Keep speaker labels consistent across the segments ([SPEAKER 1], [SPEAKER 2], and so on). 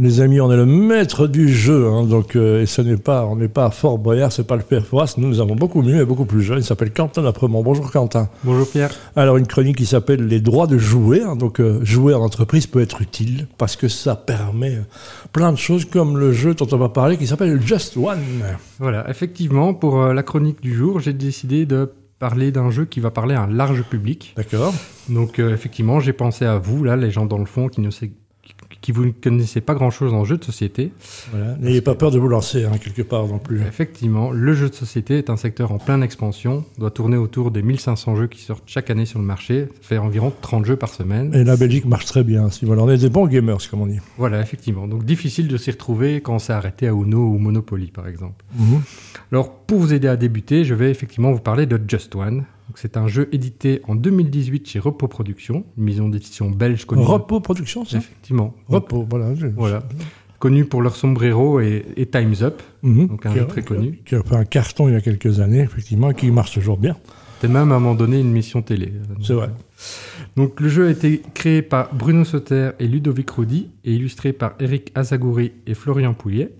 [SPEAKER 1] Les amis, on est le maître du jeu, hein, donc euh, et ce n'est pas, on n'est pas à Fort Boyard, c'est pas le Père Fouras. Nous, nous avons beaucoup mieux et beaucoup plus jeune. Il s'appelle Quentin Apremont. Bonjour Quentin.
[SPEAKER 2] Bonjour Pierre.
[SPEAKER 1] Alors une chronique qui s'appelle Les droits de jouer. hein, donc euh, jouer en entreprise peut être utile parce que ça permet euh, plein de choses comme le jeu dont on va parler qui s'appelle Just One.
[SPEAKER 2] Voilà, effectivement, pour euh, la chronique du jour, j'ai décidé de parler d'un jeu qui va parler à un large public.
[SPEAKER 1] D'accord.
[SPEAKER 2] Donc euh, effectivement, j'ai pensé à vous, là, les gens dans le fond qui ne sait- qui vous ne connaissez pas grand-chose en jeu de société.
[SPEAKER 1] Voilà. N'ayez pas peur de vous lancer hein, quelque part non plus.
[SPEAKER 2] Effectivement, le jeu de société est un secteur en pleine expansion, doit tourner autour des 1500 jeux qui sortent chaque année sur le marché, ça fait environ 30 jeux par semaine.
[SPEAKER 1] Et la Belgique marche très bien. Si voilà, on est des bons gamers comme on dit.
[SPEAKER 2] Voilà, effectivement. Donc difficile de s'y retrouver quand on s'est arrêté à Uno ou Monopoly, par exemple. Alors, pour vous aider à débuter, je vais effectivement vous parler de Just One. Donc, C'est un jeu édité en 2018 chez Repos Productions, une maison d'édition belge connue.
[SPEAKER 1] Repos production, ça.
[SPEAKER 2] Effectivement.
[SPEAKER 1] Repos, voilà. je-
[SPEAKER 2] Voilà. Connue pour leur sombrero et, et Time's Up.
[SPEAKER 1] Mhm.
[SPEAKER 2] Donc, un
[SPEAKER 1] Qui a-
[SPEAKER 2] jeu très connu.
[SPEAKER 1] Qui a fait un carton il y a quelques années, effectivement, qui marche toujours bien.
[SPEAKER 2] C'était même à un moment donné une mission télé.
[SPEAKER 1] C'est vrai.
[SPEAKER 2] Donc, le jeu a été créé par Bruno Sauter et Ludovic Roudy et illustré par Eric Azagouri et Florian Pouillet.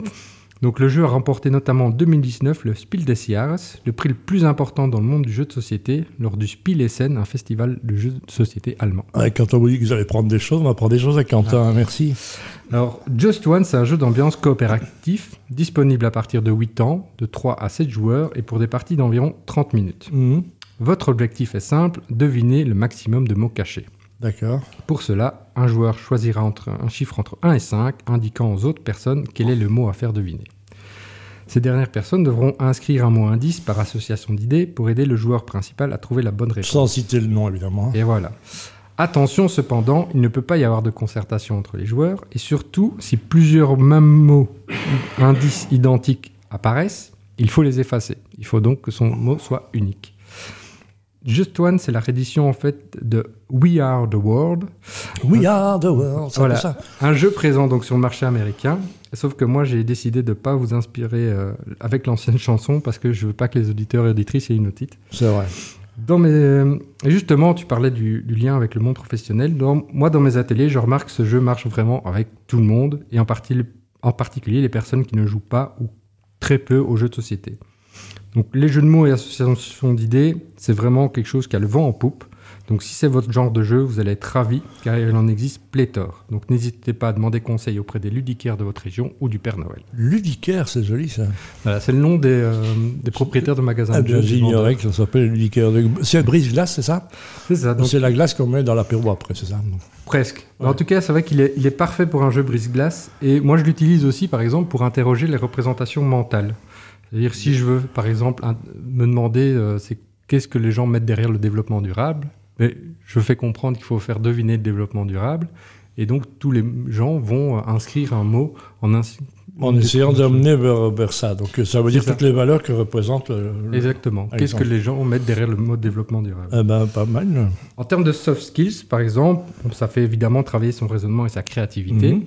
[SPEAKER 2] Donc, le jeu a remporté notamment en 2019 le Spiel des Jahres, le prix le plus important dans le monde du jeu de société, lors du Spiel Essen, un festival de jeux de société allemand.
[SPEAKER 1] Ouais, quand on vous dit que vous allez prendre des choses, on va prendre des choses à Quentin. Merci.
[SPEAKER 2] Alors, Just One, c'est un jeu d'ambiance coopératif, disponible à partir de 8 ans, de 3 à 7 joueurs et pour des parties d'environ 30 minutes.
[SPEAKER 1] Mhm.
[SPEAKER 2] Votre objectif est simple, deviner le maximum de mots cachés.
[SPEAKER 1] D'accord.
[SPEAKER 2] Pour cela, un joueur choisira entre un chiffre entre 1 et 5, indiquant aux autres personnes quel est le mot à faire deviner. Ces dernières personnes devront inscrire un mot indice par association d'idées pour aider le joueur principal à trouver la bonne réponse.
[SPEAKER 1] Sans citer le nom, évidemment.
[SPEAKER 2] Et voilà. Attention cependant, il ne peut pas y avoir de concertation entre les joueurs, et surtout, si plusieurs mêmes mots ou indices identiques apparaissent, il faut les effacer. Il faut donc que son mot soit unique. Just One, c'est la réédition en fait de We Are the World,
[SPEAKER 1] We are the world. c'est
[SPEAKER 2] Voilà.
[SPEAKER 1] pour ça.
[SPEAKER 2] un jeu présent donc sur le marché américain. Sauf que moi, j'ai décidé de pas vous inspirer euh, avec l'ancienne chanson parce que je veux pas que les auditeurs et auditrices aient une otite.
[SPEAKER 1] C'est vrai.
[SPEAKER 2] Dans mes... Et justement, tu parlais du, du lien avec le monde professionnel. Dans- moi, dans mes ateliers, je remarque que ce jeu marche vraiment avec tout le monde, et en, partie- en particulier les personnes qui ne jouent pas ou très peu aux jeux de société. Donc les jeux de mots et associations d'idées, c'est vraiment quelque chose qui a le vent en poupe. Donc si c'est votre genre de jeu, vous allez être ravi, car il en existe pléthore. Donc n'hésitez pas à demander conseil auprès des ludicaires de votre région ou du Père Noël.
[SPEAKER 1] Ludicaire, c'est joli ça.
[SPEAKER 2] Voilà, c'est le nom des, euh, des propriétaires de magasins
[SPEAKER 1] Ah,
[SPEAKER 2] de jeux.
[SPEAKER 1] bien, J'ignorais que ça s'appelle Ludicaire. de- C'est brise-glace, c'est ça
[SPEAKER 2] C'est ça, donc
[SPEAKER 1] C'est la glace qu'on met dans l'apéro après, c'est ça
[SPEAKER 2] Presque. Mais En tout cas, c'est vrai qu'il est, il est parfait pour un jeu brise-glace. Et moi, je l'utilise aussi, par exemple, pour interroger les représentations mentales. C'est-à-dire, si je veux, par exemple, un- me demander euh, c'est qu'est-ce que les gens mettent derrière le développement durable, mais je fais comprendre qu'il faut faire deviner le développement durable. Et donc, tous les gens vont euh, inscrire un mot en ainsi.
[SPEAKER 1] En essayant d'amener vers, vers ça. Donc euh, ça veut dire
[SPEAKER 2] ça.
[SPEAKER 1] toutes les valeurs que représente le. le-
[SPEAKER 2] Exactement. Qu'est-ce que
[SPEAKER 1] Exemple.
[SPEAKER 2] les gens mettent derrière le mot développement durable
[SPEAKER 1] Eh ben, pas mal.
[SPEAKER 2] En termes de soft skills, par exemple, bon, ça fait évidemment travailler son raisonnement et sa créativité.
[SPEAKER 1] Mhm.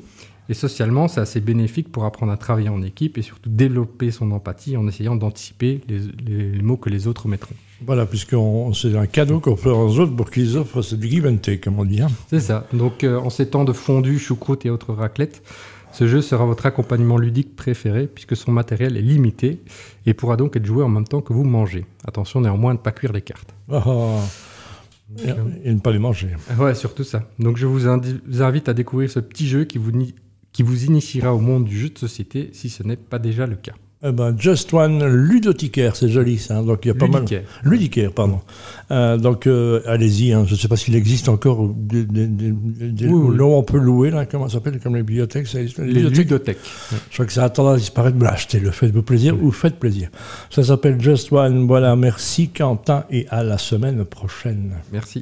[SPEAKER 2] Et socialement, c'est assez bénéfique pour apprendre à travailler en équipe et surtout développer son empathie en essayant d'anticiper les, les- les mots que les autres mettront.
[SPEAKER 1] Voilà, puisque c'est un cadeau qu'on fait aux autres pour qu'ils offrent, c'est du give and take, comme on dit. hein.
[SPEAKER 2] C'est ça. Donc, euh, en ces temps de fondue, choucroute et autres raclettes, ce jeu sera votre accompagnement ludique préféré puisque son matériel est limité et pourra donc être joué en même temps que vous mangez. Attention néanmoins à ne pas cuire les cartes.
[SPEAKER 1] Ah, ah. Et, et ne pas les manger.
[SPEAKER 2] Ah Ouais, surtout ça. Donc je vous, indi- vous invite à découvrir ce petit jeu qui vous, ni- qui vous initiera au monde du jeu de société, si ce n'est pas déjà le cas.
[SPEAKER 1] Eh ben, Just One Ludoticaire, c'est joli ça. hein. Donc il y a pas
[SPEAKER 2] Ludicaire.
[SPEAKER 1] mal. Ludicaire, pardon. Euh, donc euh, allez-y. hein. Je ne sais pas s'il existe encore des, des- des- des-
[SPEAKER 2] Oui, oui.
[SPEAKER 1] là où on peut louer là. Comment ça s'appelle Comme les bibliothèques. Ça existe, les
[SPEAKER 2] Les
[SPEAKER 1] bibliothèques
[SPEAKER 2] ludothèques.
[SPEAKER 1] Je crois que ça a tendance à disparaître. mais achetez-le, faites-vous plaisir ou faites plaisir. Ça s'appelle Just One. Voilà, merci Quentin et à la semaine prochaine.
[SPEAKER 2] Merci.